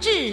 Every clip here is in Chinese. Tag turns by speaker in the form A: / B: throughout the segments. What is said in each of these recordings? A: 致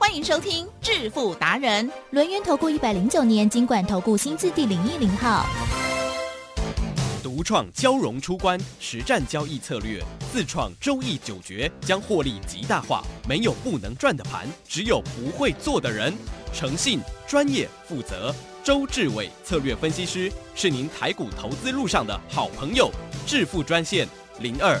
A: 欢迎收听《致富达人》，
B: 轮源投顾一百零九年经管投顾新字第零一零号。
C: 独创交融出关实战交易策略，自创周易九诀，将获利极大化。没有不能赚的盘，只有不会做的人。诚信、专业、负责，周志伟策略分析师是您台股投资路上的好朋友。致富专线零二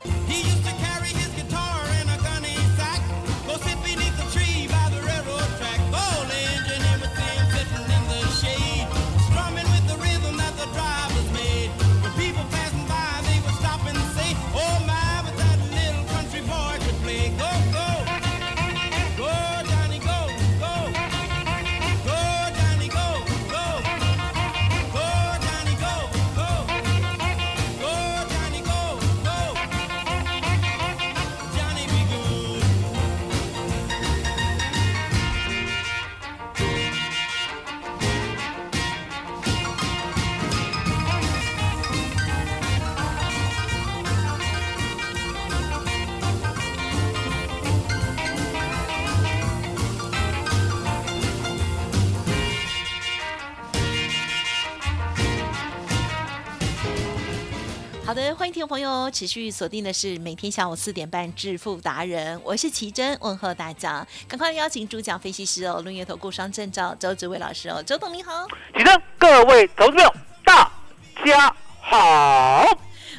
D: He used to carry his guitar in a gunny sack. Go sit beneath the tree by the railroad track. Old engineer would see him sitting in the shade, strumming with the rhythm that the drivers made. When people passing by, they would stop and say, Oh my, but that little country boy could play. Go, go, go, Johnny, go, go, go, Johnny, go, go, go, Johnny, go, go, go, Johnny, go, go. Johnny be good.
A: 好的，欢迎听众朋友持续锁定的是每天下午四点半《致富达人》，我是奇珍，问候大家，赶快邀请主讲分析师哦，轮源投顾商证照周志伟老师哦，周董你好。
E: 起身，各位投资者，大家 好。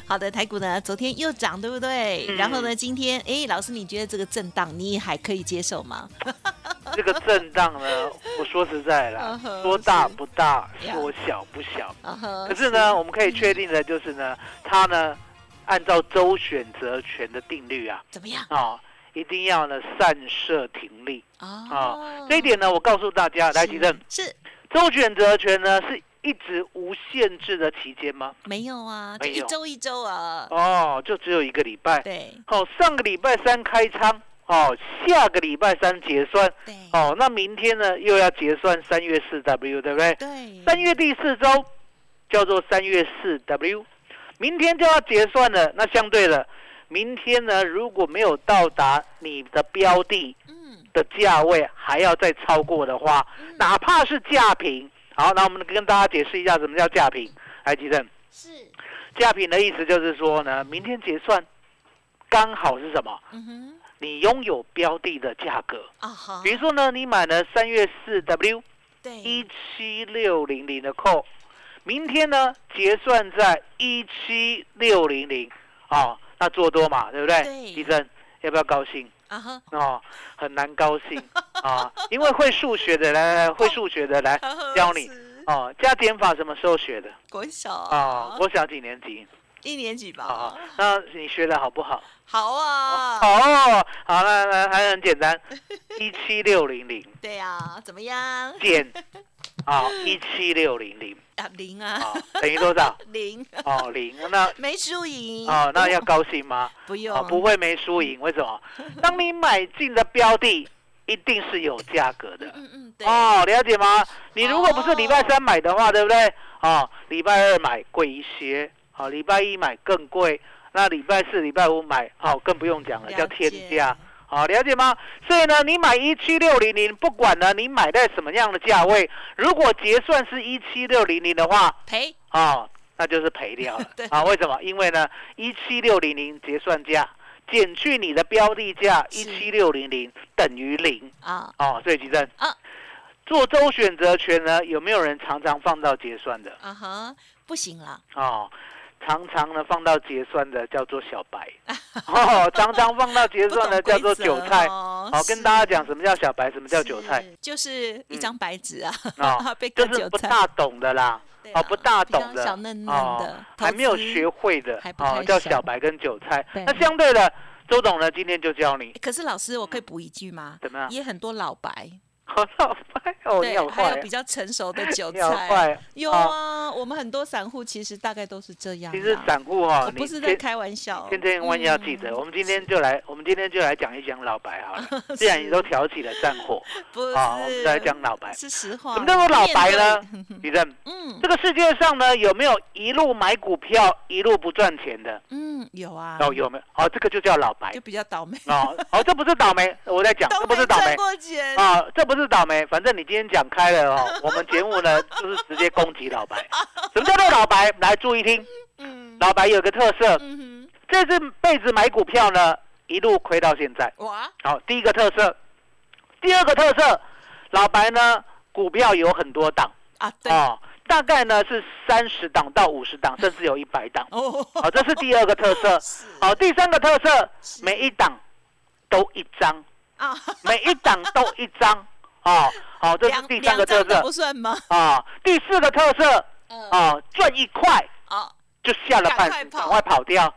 A: 好的，台股呢昨天又涨，对不对？
E: 嗯
A: 然后呢，今天哎，老师你觉得这个震荡你还可以接受吗？
E: 这个震荡呢，我说实在啦
A: 嗯哼，
E: 说大
A: 是
E: 不大，
A: 呀
E: 说小不小。
A: 啊哈
E: 可是呢，我们可以确定的就是呢，它呢，按照周选择权的定律啊，
A: 怎么样
E: 啊、一定要呢散射停利
A: 啊
E: 啊、这一点呢，我告诉大家，来，
A: 是
E: 吉正，
A: 是
E: 周选择权呢是一直无限制的期间吗？
A: 没有啊，就
E: 没
A: 一
E: 有
A: 周一周啊，
E: 哦，就只有一个礼拜。
A: 对
E: 好、上个礼拜三开仓，哦，下个礼拜三结算，
A: 对
E: 哦，那明天呢又要结算三月四 W，对不对？
A: 对，
E: 三月第四周叫做三月四 W，明天就要结算了。那相对的，明天呢如果没有到达你的标的
A: 嗯
E: 的价位，还要再超过的话，
A: 嗯
E: 哪怕是价平，好，那我们跟大家解释一下什么叫价平。来，吉正，
A: 是
E: 价平的意思就是说呢，明天结算刚好是什么？
A: 嗯哼
E: 你拥有标的的价格。
A: 啊哈
E: 比，如说呢，你买了三月四 W
A: 对
E: 一七六零零的 call，明天呢结算在一七六零零，哦，那做多嘛，对不
A: 对
E: 对？医生要不要高兴？
A: 啊哈，
E: 哦，很难高 兴啊，因为会数学的来来，来会数学的来
A: 啊哈
E: 教你
A: 是
E: 哦。加减法什么时候学的？
A: 国小
E: 哦，我小几年级
A: 一年级
E: 啊
A: 吧？，
E: 那你学的好不好？
A: 好啊，
E: 哦，好了，来还很简 单，一七六零零。
A: 对啊，怎么样？
E: 减啊一七六零零
A: 啊零
E: 啊
A: 啊，
E: 等于多少？
A: 零，
E: 哦零那
A: 没输赢
E: 哦那要高兴吗？
A: 啊不用
E: 哦不会没输赢，为什么？当你买进的标的一定是有价格的
A: 嗯嗯对
E: 哦，了解吗？你如果不是礼拜三买的话，对不对？哦，礼拜二买贵一些，好、礼拜一买更贵，那礼拜四、礼拜五买，好、更不用讲了，叫
A: 了
E: 天
A: 解
E: 价。好，了解吗？所以呢，你买一七六零零，不管呢你买在什么样的价位，如果结算是一七六零零的话，
A: 赔
E: 哦，那就是赔掉了
A: 对。
E: 啊，为什么？因为呢，一七六零零结算价减去你的标的价一
A: 是
E: 七六零零等于零。
A: 啊
E: 哦，所以吉正
A: 啊
E: 做周选择权呢，有没有人常常放到结算的？
A: 啊哈，不行了，
E: 哦，常常呢放到结算的叫做小 白，哦，常常放到结
A: 不
E: 算的
A: 懂
E: 叫
A: 规
E: 做
A: 则
E: 韭菜。
A: 哦
E: 好，跟大家讲
A: 么
E: 什么叫小白，什么叫韭菜，
A: 就是一张白纸啊，
E: 哦
A: 被割
E: 这是
A: 韭
E: 不
A: 菜，
E: 大懂的啦。
F: 对
E: 哦
F: 啦
E: 不大
F: 比较
E: 懂的
F: 小嫩嫩
E: 哦
F: 的，，投
E: 还没有
F: 资
E: 学会的
F: 还不
E: 哦
F: 太，
E: 叫
F: 熟
E: 小白跟韭菜。
F: 对
E: 那相对的，周董呢今天就教你
F: 欸可是老师，我
E: 嗯
F: 可以补一句吗？
E: 怎么样？
F: 也很多老白，
E: 好老白啊哦，你
F: 对
E: 好，
F: 还
E: 坏
F: 有
E: 啊
F: 比，较成熟的 韭
E: 你好
F: 菜，
E: 坏啊。
F: 有啊，我们很多散户其实大概都是这样啦。
E: 其实散户哈
F: 我，
E: 你
F: 不是在
E: 天
F: 开玩笑，
E: 天天弯腰记得，哦
F: 嗯
E: 我们今天就来，我们今天就来讲一讲老白好 了。既然你都挑起了战火，
F: 嗯不是
E: 啊我们再来讲老白
F: 是实话。
E: 什么叫做老白呢
F: 面对？
E: 李正，
F: 嗯
E: 这个世界上呢有没有一路买股票一路不赚钱的？
F: 嗯，有啊，
E: 哦，有没有？哦，这个就叫老白
F: 就。比较倒霉，
E: 哦哦，这不是倒霉，我在讲，这
F: 都
E: 不是倒霉
F: 赚。过钱。
E: 啊，这不是倒霉，反正你今天讲开了 哦。我们节目呢，就是直接攻击老白。什么叫做老白？来注意听，
F: 嗯
E: 老白有个特色，
F: 嗯
E: 这次辈子买股票呢，一路亏到现在。
F: 哼，哇，
E: 好、第一个特色，第二个特色，老白呢，股票有很多档
F: 啊，对，哎
E: 哦，大概呢是三十档到五十档，甚至有一百档。
F: 哦，
E: 好、这是第二个特 色。
F: 是
E: 好、第三个特色，
F: 是
E: 每一档都一张，
F: 啊，
E: 每一档都一张。 哦，好、这是
F: 两
E: 第三个特
F: 两张都
E: 色。
F: 不算吗？
E: 啊，第四个特色
F: 嗯，
E: 啊，赚一块
F: 啊，
E: 就吓了
F: 赶
E: 半
F: 快
E: 死，
F: 跑
E: 赶快跑掉，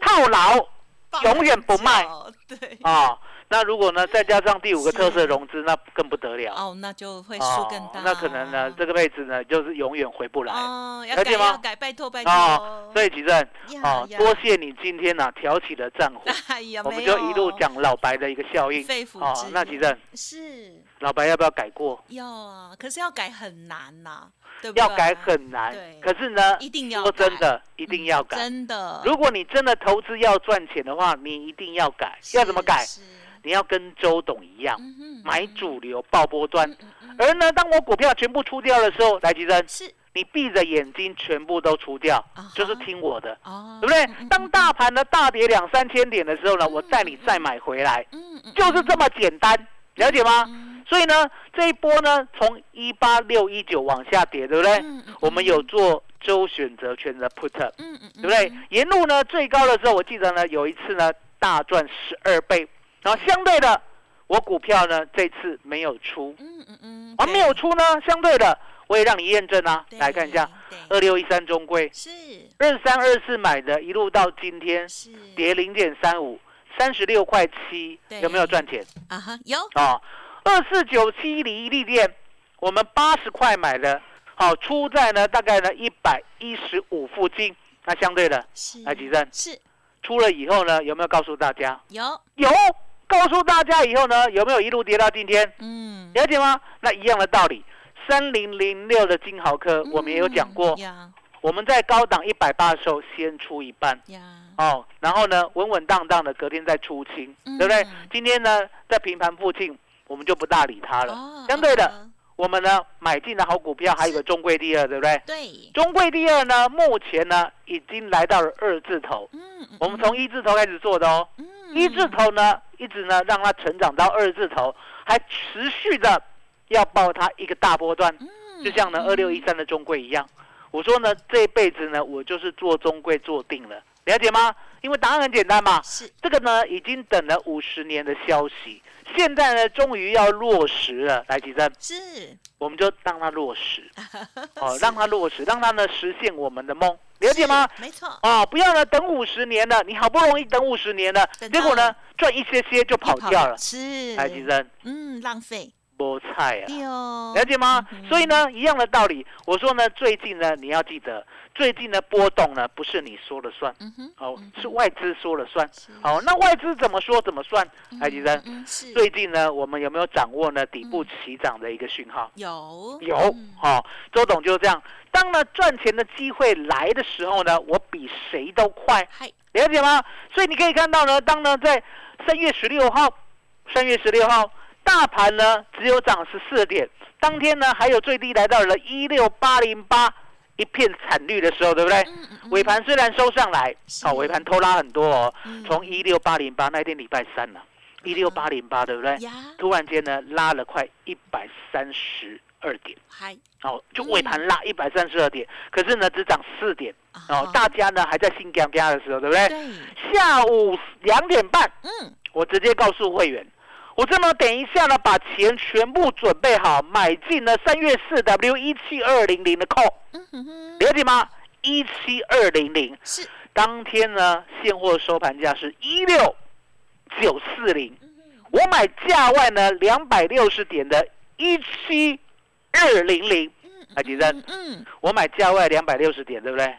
E: 套牢
F: 抱
E: 永远不卖
F: 着脚，对，
E: 啊。那如果呢，再加上第五个
F: 是
E: 特色融资，那更不得了。
F: 哦，那就会输
E: 哦
F: 更大，
E: 那可能呢，这
F: 个
E: 个辈子呢，就是永远回不来
F: 哦，要
E: 了
F: 改
E: 解吗
F: 要改，拜托拜托
E: 啊。所以吉正
F: 哦呀
E: 啊，
F: 呀
E: 多谢你今天呢挑起了战火，
F: 哎呀，
E: 我 们
F: 没
E: 就
F: 有
E: 一路讲老白的一个效应
F: 肺腑
E: 啊
F: 之。
E: 那吉正，
F: 是
E: 老白要不要改过？
F: 要啊，可是要改很难呐，对不对？
E: 要改很难
F: 对，
E: 可是呢，
F: 一定要
E: 说真
F: 改嗯
E: 的，一定要改。
F: 真的，
E: 如果你真的投资要赚钱的话，你一定要改。要怎么改？
F: 是？
E: 你要跟周董一样，
F: 嗯哼
E: 买主流爆波段。
F: 嗯嗯嗯
E: 而呢，当我股票全部出掉的时候，来吉珍，
F: 是
E: 你闭着眼睛全部都出掉
F: 啊哈，
E: 就是听我的，
F: 哦
E: 对，不对
F: 嗯嗯？
E: 当大盘呢大跌两三千点的时候呢，
F: 嗯
E: 我带你再买回来，
F: 嗯嗯，
E: 就是这么简单，了解吗？
F: 嗯
E: 所以呢，这一波呢，从一八六一九往下跌，对不对？
F: 嗯嗯
E: 我们有做周选择权的 put up。
F: 嗯嗯，
E: 对不对？沿路呢最高的时候，我记得呢有一次呢大赚十二倍，然后相对的，我股票呢这次没有出，
F: 嗯？嗯嗯嗯，
E: 而、
F: 对
E: 没有，出呢，相对的我也让你验证啊，
F: 对
E: 来看一下，呃
F: 对
E: 二六一三中规
F: 是
E: 二三二四买的，一路到今天
F: 是
E: 跌零点三五，三十六块七
F: 对，
E: 有没有赚钱
F: 啊哈，有
E: 啊？二四九七离利店，我们八十块买的，好、出在呢大概呢一百一十五附近，那相对的。
F: 是
E: 来吉正
F: 是
E: 出了以后呢，有没有告诉大家？
F: 有，
E: 有，告诉大家以后呢，有没有一路跌到今天？
F: 嗯，
E: 了解吗？那一样的道理，三零零六的金豪科，我们也有讲过
F: 嗯，呀
E: 我们在高档一百八的时候先出一半
F: 呀，
E: 哦，然后呢稳稳当当的隔天再出清，
F: 嗯
E: 对不对？今天呢在平盘附近，我们就不大理它了。
F: 哦
E: 呃相对的，
F: 嗯
E: 我们呢买进的好股票，还有个中贵第二，对不对？
F: 对，
E: 中贵第二呢，目前呢已经来到了二字头，
F: 嗯，嗯
E: 我们从一字头开始做的哦。
F: 嗯
E: 一字头呢，一直呢让它成长到二字头，还持续的要爆它一个大波段，
F: 嗯
E: 就像呢二六一三的中贵一样。我说呢，这辈子呢，我就是做中贵做定了，了解吗？因为答案很简单嘛，
F: 是
E: 这个呢已经等了五十年的消息，现在呢终于要落实了。来，吉珍，
F: 是，
E: 我们就让它落 实，哦，让它落实，让它呢实现我们的梦，了解吗？
F: 是？没错，
E: 啊，不要呢，等五十年了，你好不容易等五十年了
F: 等，到
E: 结果呢，赚一些些就跑
F: 一
E: 掉了。
F: 是，
E: 哎，先生，
F: 嗯，浪费，
E: 菠菜啊，
F: 丢，
E: 了解吗？
F: 嗯哼
E: 所以呢，一样的道理，我说呢，最近呢，你要记得，最近的波动呢，不是你说了算，
F: 嗯哼，
E: 哦
F: 嗯，
E: 是外资说了算。
F: 是
E: 好，那外资怎么说怎么算？哎，先生，
F: 嗯，是，
E: 最近呢，我们有没有掌握呢底部起涨的一个讯号？
F: 有
E: 有
F: 嗯
E: 哦，周董就是这样。当呢赚钱的机会来的时候呢，我比谁都快。
F: 嗨，
E: 了解吗？所以你可以看到呢，当呢在三月十六号，三月十六号大盘呢只有涨十四点，当天呢还有最低来到了一六八零八，一片惨绿的时候，对不对？
F: 嗯嗯嗯
E: 尾盘虽然收上来，
F: 是
E: 好、尾盘偷拉很多哦
F: 嗯，
E: 从一六八零八那天礼拜三呢、一六八零八对不对？
F: 呀，
E: 突然间呢拉了快一百三十二点，
F: 嗨，
E: 哦，就尾盘拉一百三十二点，可是呢只涨四点，哦
F: 啊，
E: 大家呢还在心肝肝的时候，对不对？
F: 对，
E: 下午两点半，
F: 嗯，
E: 我直接告诉会员，我这么等一下呢，把钱全部准备好，买进了三月四 W 一七二零零的 call，
F: 嗯哼哼，
E: 了解吗？一七二零零，
F: 是
E: 当天呢，现货收盘价是一六九四零，
F: 嗯
E: 我买价外呢两百六十点的一七二零零，啊，吉珍
F: 嗯，嗯，
E: 我买价外两百六十点，对不对？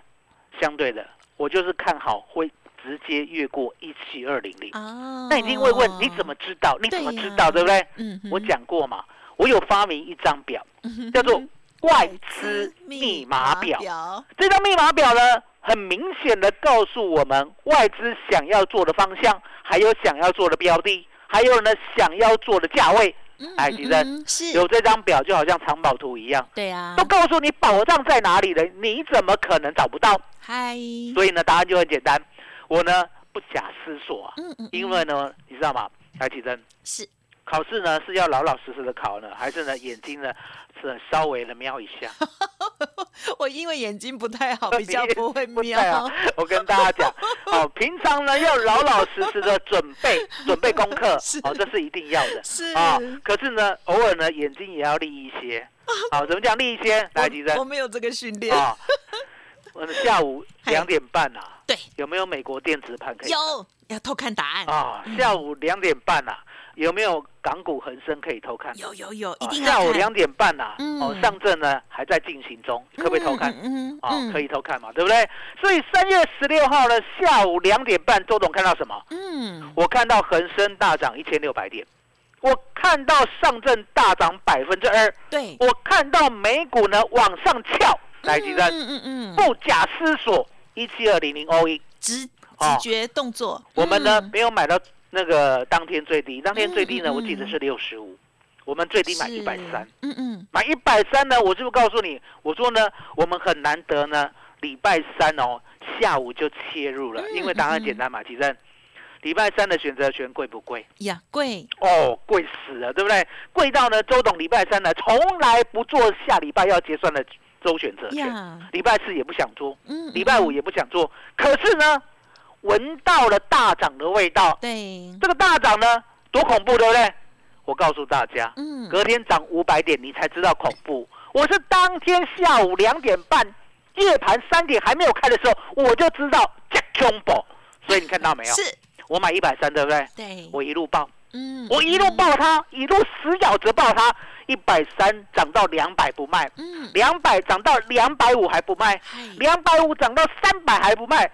E: 相对的，我就是看好会直接越过一七二零零。
F: 啊，
E: 那你一定会问，你怎么知道？你怎么知道？
F: 对呀
E: 对不对？
F: 嗯哼，
E: 我讲过嘛，我有发明一张表，叫
F: 嗯
E: 做外资密码表。
F: 表，
E: 这张密码表呢，很明显的告诉我们外资想要做的方向，还有想要做的标的，还有呢想要做的价位。
F: 嗯
E: 哎
F: 嗯
E: 其实
F: 嗯是
E: 有这张表，就好像藏宝图一样，
F: 对啊
E: 都，告诉你宝藏在哪里了，你怎么可能找不到？
F: 嗨，
E: 所以呢，答案就很简单，我呢不假思索啊，
F: 嗯嗯，
E: 因为呢，你知道吗？来，启真，
F: 是
E: 考试呢是要老老实实的考呢，还是呢眼睛呢是稍微的瞄一下？
F: 我因为眼睛不太好，比较不会
E: 不在
F: 瞄
E: 啊，我跟大家讲，哦，平常呢要老老实实的准备 准备功课
F: 是，
E: 哦，这是一定要的
F: 是
E: 啊、可是呢，偶尔呢眼睛也要利一些，好、怎么讲利一些？来，启真
F: 啊我，没有这个训练，
E: 啊，我们下午
F: 嗨
E: 两点半啊，
F: 对，
E: 有没有美国电子盘可以看？
F: 有哦嗯要偷看答案，
E: 啊，下午两点半呐、啊，有没有港股恒生可以偷看？
F: 有有有，一
E: 啊
F: 定要
E: 下午
F: 看
E: 两点半呐、
F: 嗯
E: 哦，上证呢还在进行中，可不可以偷看？
F: 嗯
E: 啊、可以偷看嘛，对不对？所以三月十六号呢下午两点半，周董看到什么？
F: 嗯，
E: 我看到恒生大涨一千六百点，我看到上证大涨百分之二，
F: 对，
E: 我看到美股呢往上翘，来，吉珍，
F: 嗯嗯嗯，
E: 不假思索，一七二零零 all in。
F: 直直
E: 哦
F: 觉动作，
E: 我们呢
F: 嗯
E: 没有买到那个当天最低，当天最低呢，
F: 嗯嗯
E: 我记得是六十五，我们最低买一百三
F: 是，嗯嗯，
E: 买一百三呢，我是不是告诉你，我说呢，我们很难得呢，礼拜三哦下午就切入了，
F: 嗯
E: 因为答案
F: 嗯
E: 简单嘛，其实礼拜三的选择权贵不贵？
F: 呀贵，
E: 哦，贵死了，对不对？贵到呢，周董礼拜三呢从来不做下礼拜要结算的周选择权，
F: 呀，
E: 礼拜四也不想做，
F: 嗯，
E: 礼拜五
F: 嗯
E: 也不想做，可是呢，闻到了大涨的味道。
F: 对，
E: 这个大涨呢，多恐怖，对不对？我告诉大家，
F: 嗯，
E: 隔天涨五百点，你才知道恐怖。我是当天下午两点半，夜盘三点还没有开的时候，我就知道 j a c k 所以你看到没有？
F: 是，
E: 我买一百三，对不对？
F: 对，
E: 我一路报，
F: 嗯，
E: 我一路
F: 嗯，
E: 报它，一路死咬着报它，一百三涨到两百不卖，
F: 嗯，
E: 两百涨到两百五还不卖，
F: 嗨，
E: 两百五涨到三百还不卖，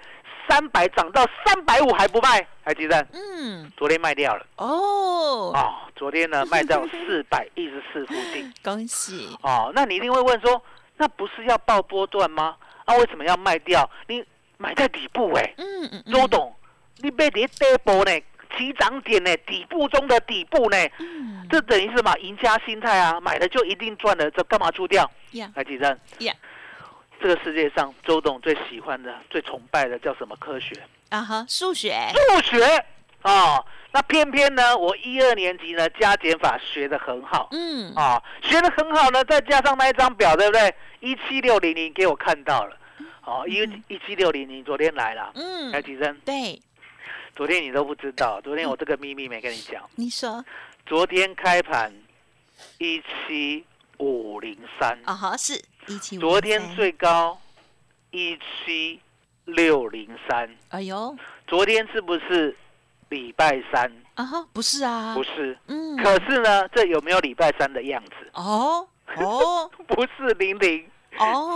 E: 三百涨到三百五还不卖，还记得？
F: 嗯，
E: 昨天卖掉了。
F: 哦，
E: 哦，昨天呢 卖到四百一十四附近。
F: 恭喜，
E: 哦，那你一定会问说，那不是要爆波段吗？啊，为什么要卖掉？你买在底部哎、
F: 嗯嗯，嗯
E: 周，董，你被跌跌波呢，起涨点呢，底部中的底部呢，
F: 嗯，
E: 这等于是嘛赢家心态啊，买了就一定赚了，这干嘛出掉？
F: 呀，
E: 来，吉正
F: Yeah
E: 这个世界上周董最喜欢的、最崇拜的叫什么科学？
F: 啊哈，数学，
E: 数学哦。那偏偏呢，我一二年级呢加减法学得很好，
F: 嗯，
E: 啊，学得很好呢，再加上那一张表，对不对？一七六零零给我看到了，哦，一一七六零零昨天来了，哎，
F: 嗯，
E: 吉生，
F: 对，
E: 昨天你都不知道，昨天我这个秘密没跟你讲，
F: 你说，
E: 昨天开盘一七五零三，
F: 啊哈，是一七五，
E: 昨天，最高一七六零三，
F: 哎呦，
E: 昨天是不是礼拜三？
F: 啊哈，不是啊，
E: 不，是，
F: 嗯，
E: 可是呢，这有没有礼拜三的样子？
F: 哦 哦
E: 不是零零，
F: 哦，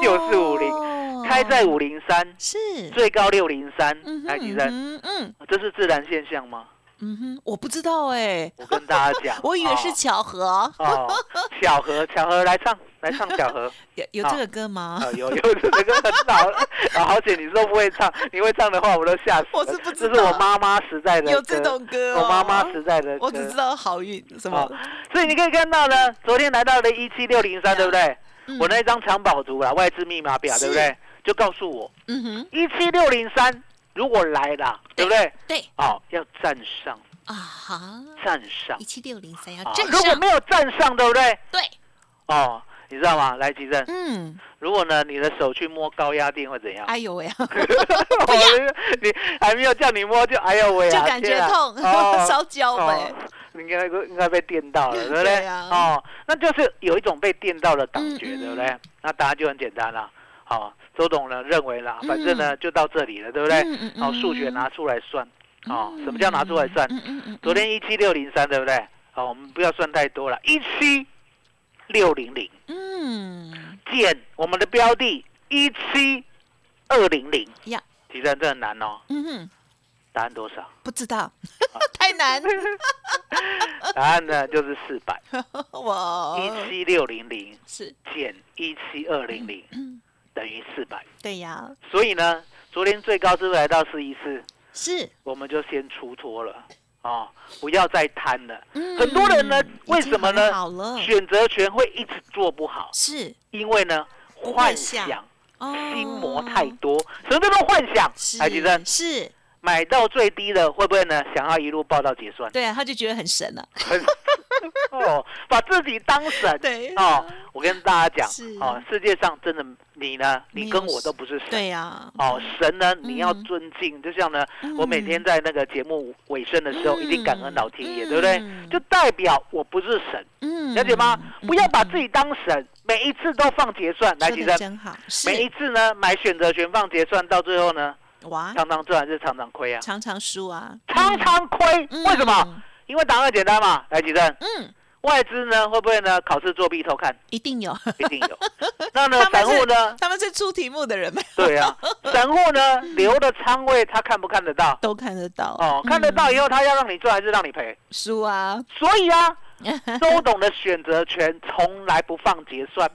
E: 9450开在五零三。
F: 是，
E: 最高六零三
F: 嗯，哼
E: 来吉生，
F: 嗯哼
E: 这是自然现象吗？
F: 嗯哼，我不知道哎，
E: 我跟大家讲
F: ，我以为
E: 啊
F: 是巧合，
E: 哦，哦巧合，巧合来唱，来唱巧合，
F: 有有这个歌吗？
E: 啊，有有这个很老 了，啊，好姐你说不会唱，你会唱的话我都吓死了。
F: 我是不知道
E: 这是我妈妈时代的歌，
F: 有这种歌哦
E: 我妈妈时代的歌，
F: 我只知道好运什么
E: 哦，所以你可以看到呢，昨天来到了一七六零三，对不对？
F: 嗯
E: 我那一张藏宝图啦，外资密码表，对不对？就告诉我
F: 嗯哼，
E: 一七六零三如果来了，对不对？
F: 对
E: 哦，要站上，
F: 啊哈，
E: 站上
F: 一。七六零三要
E: 啊
F: 站
E: 如果
F: 上，
E: 没有站上，对不对？
F: 对，
E: 哦，你知道吗？来，吉正，
F: 嗯，
E: 如果呢你的手去摸高压电会 怎样？
F: 哎呦喂，
E: 我你还没有叫你摸就哎呦喂
F: 就
E: 啊，
F: 感觉
E: 天啊
F: 痛，
E: 哦
F: 烧焦
E: 哦
F: 呗，
E: 应该应该被电 到了，对不对？
F: 对啊
E: 哦，那就是有一种被电到的感觉，
F: 嗯嗯
E: 对不对？那答案就很简单啦。好、周董呢认为啦，反正呢、就到这里了，对不对？
F: 嗯
E: 好、数学拿出来算，哦，什么叫拿出来算？
F: 嗯嗯嗯，
E: 昨天一七六零三，对不对？好、我们不要算太多了，一七六零零
F: 嗯
E: 见我们的标的一七二零零
F: 呀，
E: 其实这很难哦，
F: 嗯哼，
E: 答案 多少？
F: 不知道，太难，
E: 答案呢就是四百
F: 我
E: 一七六零零
F: 是
E: 减一七二零零
F: 嗯
E: 等于四百，
F: 对呀，
E: 所以呢，昨天最高是不是来到四一四？
F: 是
E: 我们就先出脱了哦，不要再贪了。
F: 嗯
E: 很多人呢
F: 已经，
E: 为什么呢
F: 很好了？
E: 选择权会一直做不好，
F: 是
E: 因为呢，
F: 不
E: 幻
F: 会想
E: 想
F: 哦，
E: 心魔太多，什么叫做幻想？哎
F: 是
E: 海吉生
F: 是，
E: 买到最低的，会不会呢？想要一路报到结 算？
F: 对啊，他就觉得很神了，
E: 很哦，把自己当神。
F: 对
E: 哦，我跟大家讲
F: 是，
E: 哦，世界上真的你呢，
F: 没
E: 你
F: 有
E: 跟我都不是神。
F: 对呀，
E: 哦，神呢，你要
F: 嗯
E: 尊敬，就像呢，
F: 嗯
E: 我每天在那个节目尾声的时候，
F: 嗯
E: 一定感恩老天爷，
F: 嗯
E: 对不对？就代表我不是神，
F: 嗯
E: 了解吗？不要把自
F: 己
E: 己当神，每一次都放结算，来，
F: 说
E: 其
F: 的
E: 实
F: 真好，
E: 每一
F: 是
E: 次呢买选择权放结算，到最后呢，
F: 哇，
E: 常常赚还是常常亏啊，
F: 常啊常输啊，
E: 常常亏，
F: 嗯
E: 为什么？？因为答案简单嘛，来，其实
F: 嗯，
E: 外资呢会不会呢考试作弊偷看？
F: 一定 有，
E: 一定有。那呢，
F: 他
E: 散
F: 们是
E: 户呢？
F: 他们是出题目的人，
E: 对啊，散户呢留的仓位他看不看得到？
F: 都看得到嗯
E: 哦，看得到以后，他要让你赚还是让你赔？
F: 输啊，
E: 所以啊， 周董的选择权从来不放结算，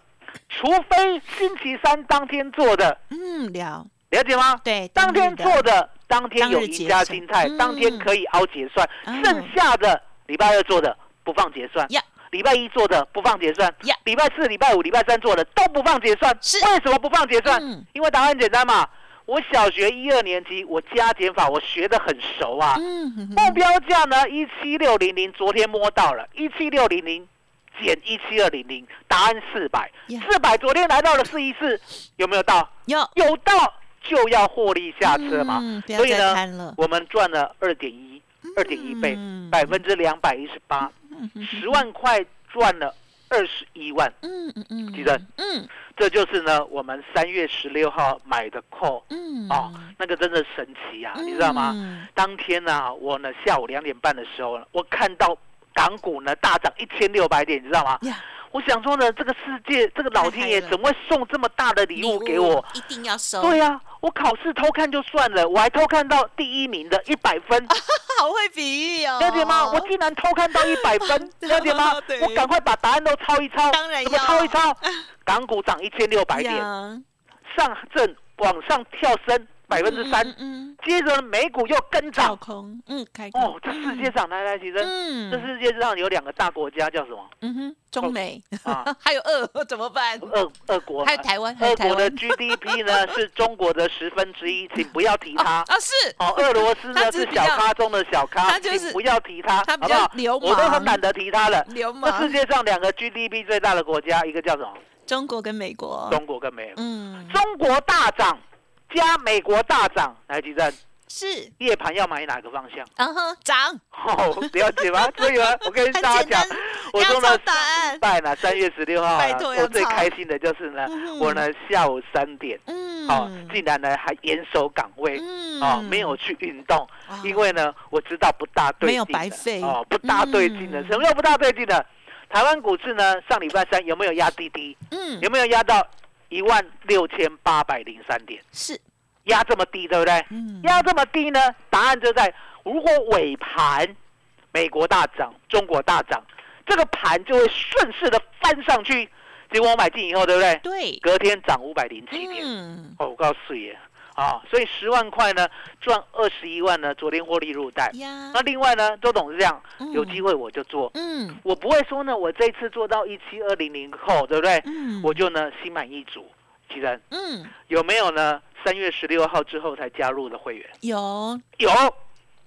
E: 除非星期三当天做的，
F: 嗯，了，
E: 了解吗？
F: 对，
E: 当天
F: 日的
E: 做的，当天有
F: 当日
E: 赢
F: 结
E: 家
F: 算
E: 心态，
F: 嗯
E: 当天可以凹结算，
F: 嗯
E: 剩下的礼拜二做的不放结算
F: 呀。
E: 礼拜一做的不放结算
F: 呀，
E: 礼拜四、礼拜五、礼拜三做的都不放结算。
F: 是
E: 为什么不放结算
F: 嗯？
E: 因为答案简单嘛。我小学一二年级，我加减法我学得很熟啊。
F: 嗯哼
E: 目
F: 哼，
E: 标价呢？一七六零零，昨天摸到了一七六零零减一七二零零，答案四百，
F: Yeah
E: 四百昨天来到了四一四，有没有到？
F: 有
E: 有到就要获利下车嘛。
F: 嗯不要
E: 所以
F: 再
E: 呢，
F: 贪了，
E: 我们赚了二点一，二点一倍，
F: 嗯
E: 百分之两百一十八，十万块赚了二十一万，
F: 嗯嗯嗯，
E: 记得
F: 嗯
E: 这就是呢我们三月十六号买的 call
F: 嗯
E: 哦，那个真的神奇啊，你知道吗？
F: 嗯
E: 当天呢、我呢下午两点半的时候呢，我看到港股呢大涨一千六百点，你知道吗？
F: 呀，
E: 我想说呢，这个世界，这个老天爷
F: 太嗨了
E: 怎么会送这么大的礼物给我？
F: 一定要收，
E: 对呀、我考试偷看就算了，我还偷看到第一名的一百分，
F: 哦好会比喻哦，
E: 了解吗？我竟然偷看到一百 分，了解吗
F: 对？
E: 我赶快把答案都抄一抄，
F: 当然
E: 怎么
F: 要
E: 抄 一抄？港股涨一千六百点，
F: 呀
E: 上证往上跳升百分之三
F: 嗯，嗯，嗯
E: 接着美股又跟
F: 跳
E: 涨。
F: 空，嗯，开空，
E: 哦，这世界上来来其实。
F: 嗯，
E: 这世界上有两个大国家叫什么
F: 嗯哼，中美
E: 啊？
F: 还有俄怎么办？
E: 俄俄国，
F: 还有台湾，还有
E: 俄
F: 台
E: 国的
F: 湾
E: GDP 呢是中国的十分之一，请不要提它。
F: 啊，是
E: 哦，俄罗斯呢
F: 它只
E: 是
F: 是比
E: 小
F: 较
E: 咖中的小咖，
F: 它就是
E: 请不要提它，
F: 它
E: 好
F: 比
E: 不
F: 较
E: 好？
F: 流
E: 我都很
F: 氓
E: 懒得提它了。
F: 流
E: 这世
F: 氓，
E: 界上两个 GDP 最大的国家，一个叫什么？
F: 中国跟美国，
E: 中国跟美国。
F: 哦嗯，
E: 中国大涨加美国大涨，来，吉正，
F: 是，
E: 夜盘要买哪个方向？
F: 然后涨，
E: 哦，了解吗？所以呢，我跟
F: 很
E: 大家
F: 简
E: 讲
F: 单，，
E: 我
F: 要
E: 说呢
F: 抄，答案，
E: 拜呢，三月十六号啊
F: 拜，托要
E: 我最
F: 抄
E: 开心的就是呢，
F: 嗯
E: 我呢下午三点，
F: 嗯，
E: 哦，竟然呢还严守岗位，
F: 嗯哦
E: 哦，没有去运动，
F: 哇
E: 因为呢我知道不大对劲的，
F: 没有白费
E: 哦，不大对劲的，
F: 嗯
E: 什么叫不大对劲的？台湾股市呢上礼拜三有没有压低低？
F: 嗯
E: 有没有压到一万六千八百零三点？
F: 是，
E: 压这么低，对不对？
F: 嗯
E: 压这么低呢？答案就在如果尾盘美国大涨，中国大涨，这个盘就会顺势的翻上去。结果我买进以后，对不对？
F: 对，
E: 隔天涨五百零七点，
F: 嗯
E: 哦，我告诉你啊，所以十万块呢赚二十一万呢，昨天获利入袋。
F: 呀
E: 那，另外呢，周董是这样，
F: 嗯
E: 有机会我就做，
F: 嗯
E: 我不会说呢，我这次做到一七二零零后，对不对？
F: 嗯，
E: 我就呢心满意足。其然
F: 嗯
E: 有没有呢？三月十六号之后才加入的会员，
F: 有，
E: 有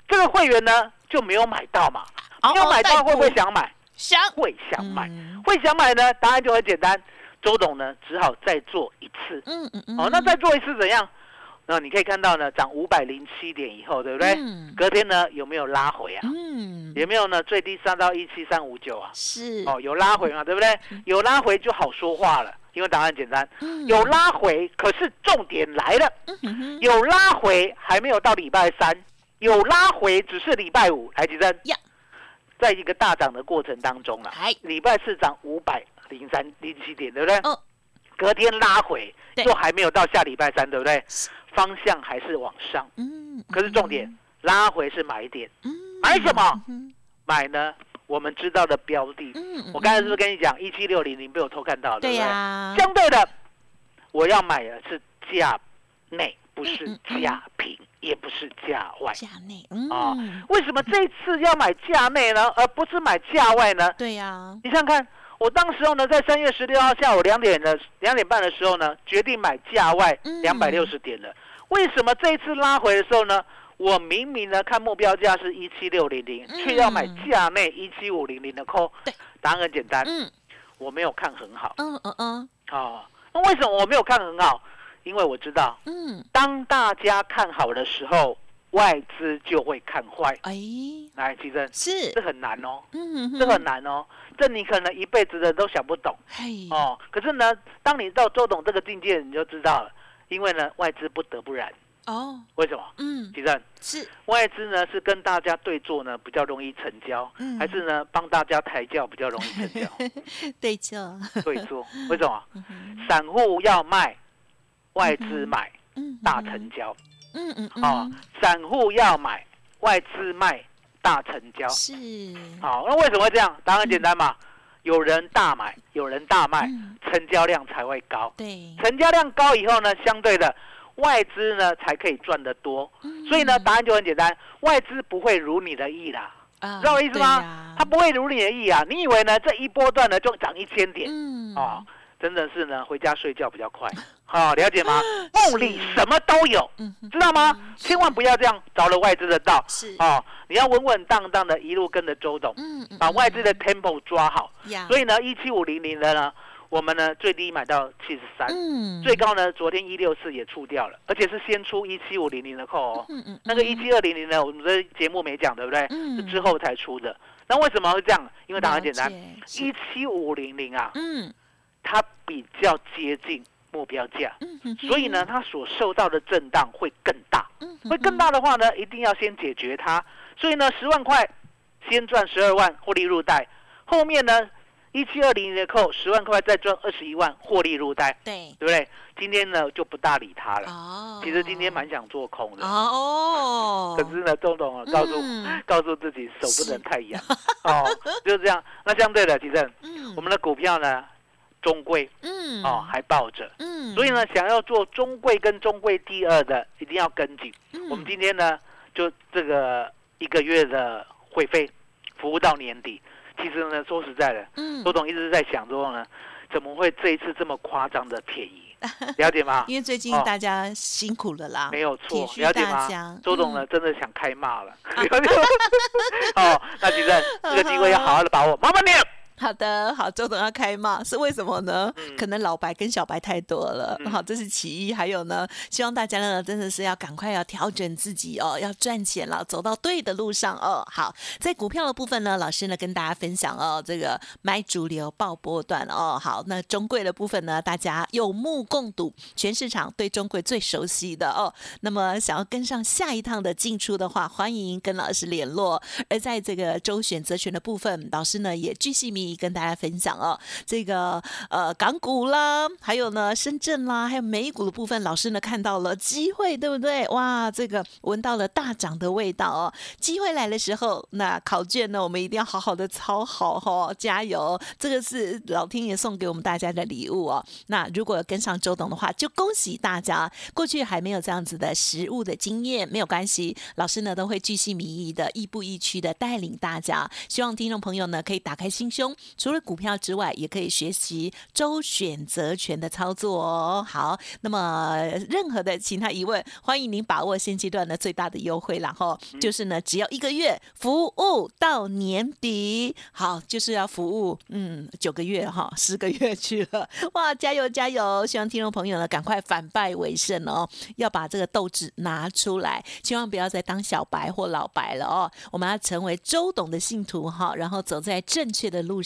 E: 这个会员呢就没有买到嘛？
F: 嗷
E: 没有
A: 哦
F: 嗷
E: 啊买
F: 待
E: 到会不会
F: 哺
E: 想买？
F: 想
E: 会想买，
F: 哦嗯
E: 会想买呢？答案就很简单，周董呢只好再做一次。哦
F: 嗯嗯嗯，
E: 哦，那再做一次怎样？那你可以看到呢，涨五百零七点以后，对不对？
F: 嗯
E: 隔天呢有没有拉回啊？
F: 嗯，
E: 有没有呢？最低杀到一七三五九啊？
F: 是
E: 哦，有拉回嘛，对不对？有拉回就好说话了，因为答案简单。
F: 嗯
E: 有拉回，可是重点来了，
F: 嗯哼哼
E: 有拉回还没有到礼拜三，有拉回只是礼拜五。来，吉珍
F: 呀，
E: 在一个大涨的过程当中了，
F: 哎，
E: 礼拜四涨五百零三零七点，对不对？
F: 哦
E: 隔天拉回，
F: 对
E: 又还没有到下礼拜三，对不对
F: 是？
E: 方向还是往上，
F: 嗯，
E: 可是重点、拉回是买点，
F: 嗯
E: 买什么？
F: 嗯
E: 买呢？我们知道的标的，
F: 嗯
E: 我刚才是不
F: 嗯
E: 是跟你讲一七六零零被我偷看到了？
F: 对
E: 不对
F: 呀，
E: 相对的，我要买的是价内，不是
F: 嗯嗯嗯
E: 价平，也不是价外。
F: 价内，嗯，
E: 哦为什么这次要买价内呢，而不是买价外呢？
F: 对呀，
E: 你想想看，我当时候呢，在三月十六号下午两点的两点半的时候呢，决定买价外
F: 嗯
E: 两百六十点的。为什么这一次拉回的时候呢？我明明呢看目标价是一七六零零，
F: 嗯
E: 却要买价内一七五零零的 call
F: 对。
E: 答案很简单，
F: 嗯
E: 我没有看很好
F: 嗯嗯嗯
E: 哦。那为什么我没有看很好？因为我知道，
F: 嗯，
E: 当大家看好的时候，外资就会看坏。
F: 哎，
E: 来，奇珍，
F: 是
E: 这，很难哦，
F: 嗯，
E: 这很，难哦，这你可能一辈子的都想不懂。
F: 嘿，
E: 哦，可是呢，当你到周董这个境界，你就知道了，因为呢，外资不得不然。
F: 哦，
E: 为什么？
F: 嗯，
E: 其实
F: 是，
E: 外资呢是跟大家对坐呢比较容易成交，
F: 嗯
E: 还是呢帮大家抬轿比较容易成交？
F: 对这，
E: 对坐，为什么？
F: 嗯哼
E: 散户要卖，外资买，
F: 嗯
E: 大
F: 哼
E: 成，交
F: 嗯嗯嗯，
E: 哦，散户要买，外资卖，大成交。
F: 是，
E: 好、那为什么会这样？答案很简单嘛，有人大买，有人大卖，
F: 嗯
E: 成交量才会高。
F: 对，
E: 成交量高以后呢，相对的外资呢才可以赚得多。
F: 嗯
E: 所以呢，答案就很简单，外资不会如你的意啦，
F: 啊，
E: 知道我意思吗
F: 对呀
E: 它不会如你的意啊。你以为呢这一波段呢就涨一千点
F: 嗯，
E: 啊、哦？真的是呢，回家睡觉比较快。好、了解 吗？梦里什么都有，
F: 嗯哼，
E: 知道吗？千万不要这样着了外资的道
F: 是，
E: 哦。你要稳稳当当的，一路跟着周董，
F: 嗯，嗯
E: 把外资的
F: 嗯啊
E: tempo 抓好。
F: 呀，
E: 所
F: 以，
E: 以呢，一七五零零的呢，我们呢最低买到七十三。
F: 嗯，
E: 最，高呢，昨天一六四也出掉了，而且是先出一七五零零的扣哦。
F: 嗯嗯，
E: 那个一七二零零呢，我们的节目没讲，对不对？
F: 嗯
E: 是之后才出的。那为什么会这样？因
F: 因
E: 为答案简单，，
F: 是
E: 一七五零零啊，
F: 嗯
E: 它比较接近目标价，
F: 嗯哼哼，
E: 所以呢，它所受到的震荡会更大。
F: 嗯哼
E: 会更大的话呢，一定要先解决它。所以呢，十万块先赚十二万获利入袋，后面呢，一七二零零的扣十万块再赚二十一万获利入袋。
F: 对，
E: 对不对？今天呢就不大理他了。
F: 哦，
E: 其实今天蛮想做空的，
F: 哦，
E: 可是呢，周董啊告诉、
F: 嗯
E: 告诉自己手不能太痒 哦，就这样。那相对的，其实
F: 嗯，
E: 我们的股票呢，中贵
F: 嗯
E: 哦还抱着，
F: 嗯，
E: 所以呢，想要做中贵跟中贵第二的，一定要跟紧。
F: 嗯，
E: 我们今天呢，就这个一个月的会费服务到年底。其实呢，说实在的，
F: 嗯
E: 周，董一直在想说呢，怎么会这一次这么夸张的便 宜？了解吗？
F: 因为最近
E: 哦
F: 大家辛苦了啦，
E: 没有错
F: 体，恤
E: 了解
F: 大
E: 吗
F: 家？嗯
E: 周董呢，真的想开骂了。 了解吗哦，那其实这个机会要好好的把握，麻烦你了。
F: 嗯好的，好，周董要开骂是为什么呢？可能老白跟小白太多了，
E: 嗯
F: 好，这是其一。还有呢，希望大家呢真的是要赶快要调整自己哦，要赚钱了，走到对的路上哦。好，在股票的部分呢，老师呢跟大家分享哦，这个买主流爆波段哦。好，那中贵的部分呢，大家有目共睹，全市场对中贵最熟悉的哦。那么想要跟上下一趟的进出的话，欢迎跟老师联络。而在这个周选择权的部分，老师呢也巨细靡遗跟大家分享哦，这个呃港股啦，还有呢深圳啦，还有美股的部分，老师呢看到了机会，对不对？哇，这个闻到了大涨的味道哦。机会来的时候，那考卷呢，我们一定要好好的抄好哦，加油！这个是老天爷送给我们大家的礼物哦。那如果有跟上周董的话，就恭喜大家。过去还没有这样子的实物的经验，没有关系，老师呢都会巨细靡遗的、亦步亦趋的带领大家。希望听众朋友呢可以打开心胸，中，除了股票之外，也可以学习周选择权的操作哦。好，那么任何的其他疑问，欢迎您把握现阶段的最大的优惠啦，然后就是呢，只要一个月服务到年底，好，就是要服务嗯九个月哈，十个月去了，哇，加油加油！希望听众朋友呢，赶快反败为胜哦，要把这个斗志拿出来，千万不要再当小白或老白了哦，我们要成为周董的信徒哈，然后走在正确的路上。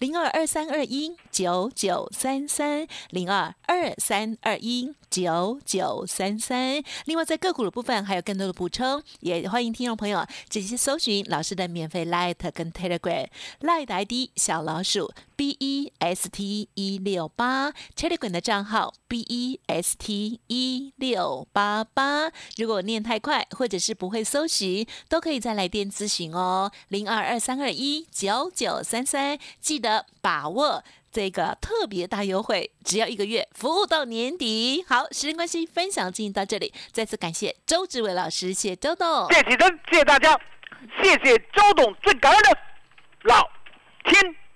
F: 零二二三二一九九三三零二二三二一九九三三。另外，在个股的部分还有更多的补充，也欢迎听众朋友直接搜寻老师的免费 Light 跟 Telegram。Light 的 ID 小老鼠 B E S T 一六八，Telegram 的账号 B E S T 一六八八。如果念太快或者是不会搜寻，都可以再来电咨询哦，零二二三二一九九三三。记得把握这个特别大优惠，只要一个月，服务到年底。好，时间关系，分享进行到这里，再次感谢周志伟老师，谢谢周董。
E: 谢启真，谢谢大家，谢谢周董，最感恩的老天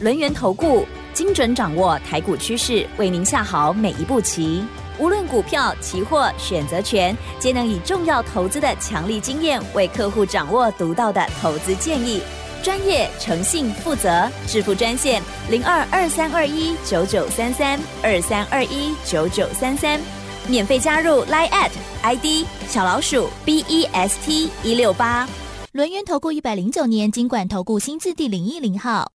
G: 轮源投顾精准掌握台股趋势，为您下好每一步棋。无论股票、期货、选择权，皆能以重要投资的强力经验，为客户掌握独到的投资建议。专业、诚信、负责，致富专线零二二三二一九九三三二三二一九九三三，免费加入 Line at ID 小老鼠 B E S T 一六八。
H: 轮源投顾一百零九年经管投顾新字第零一零号。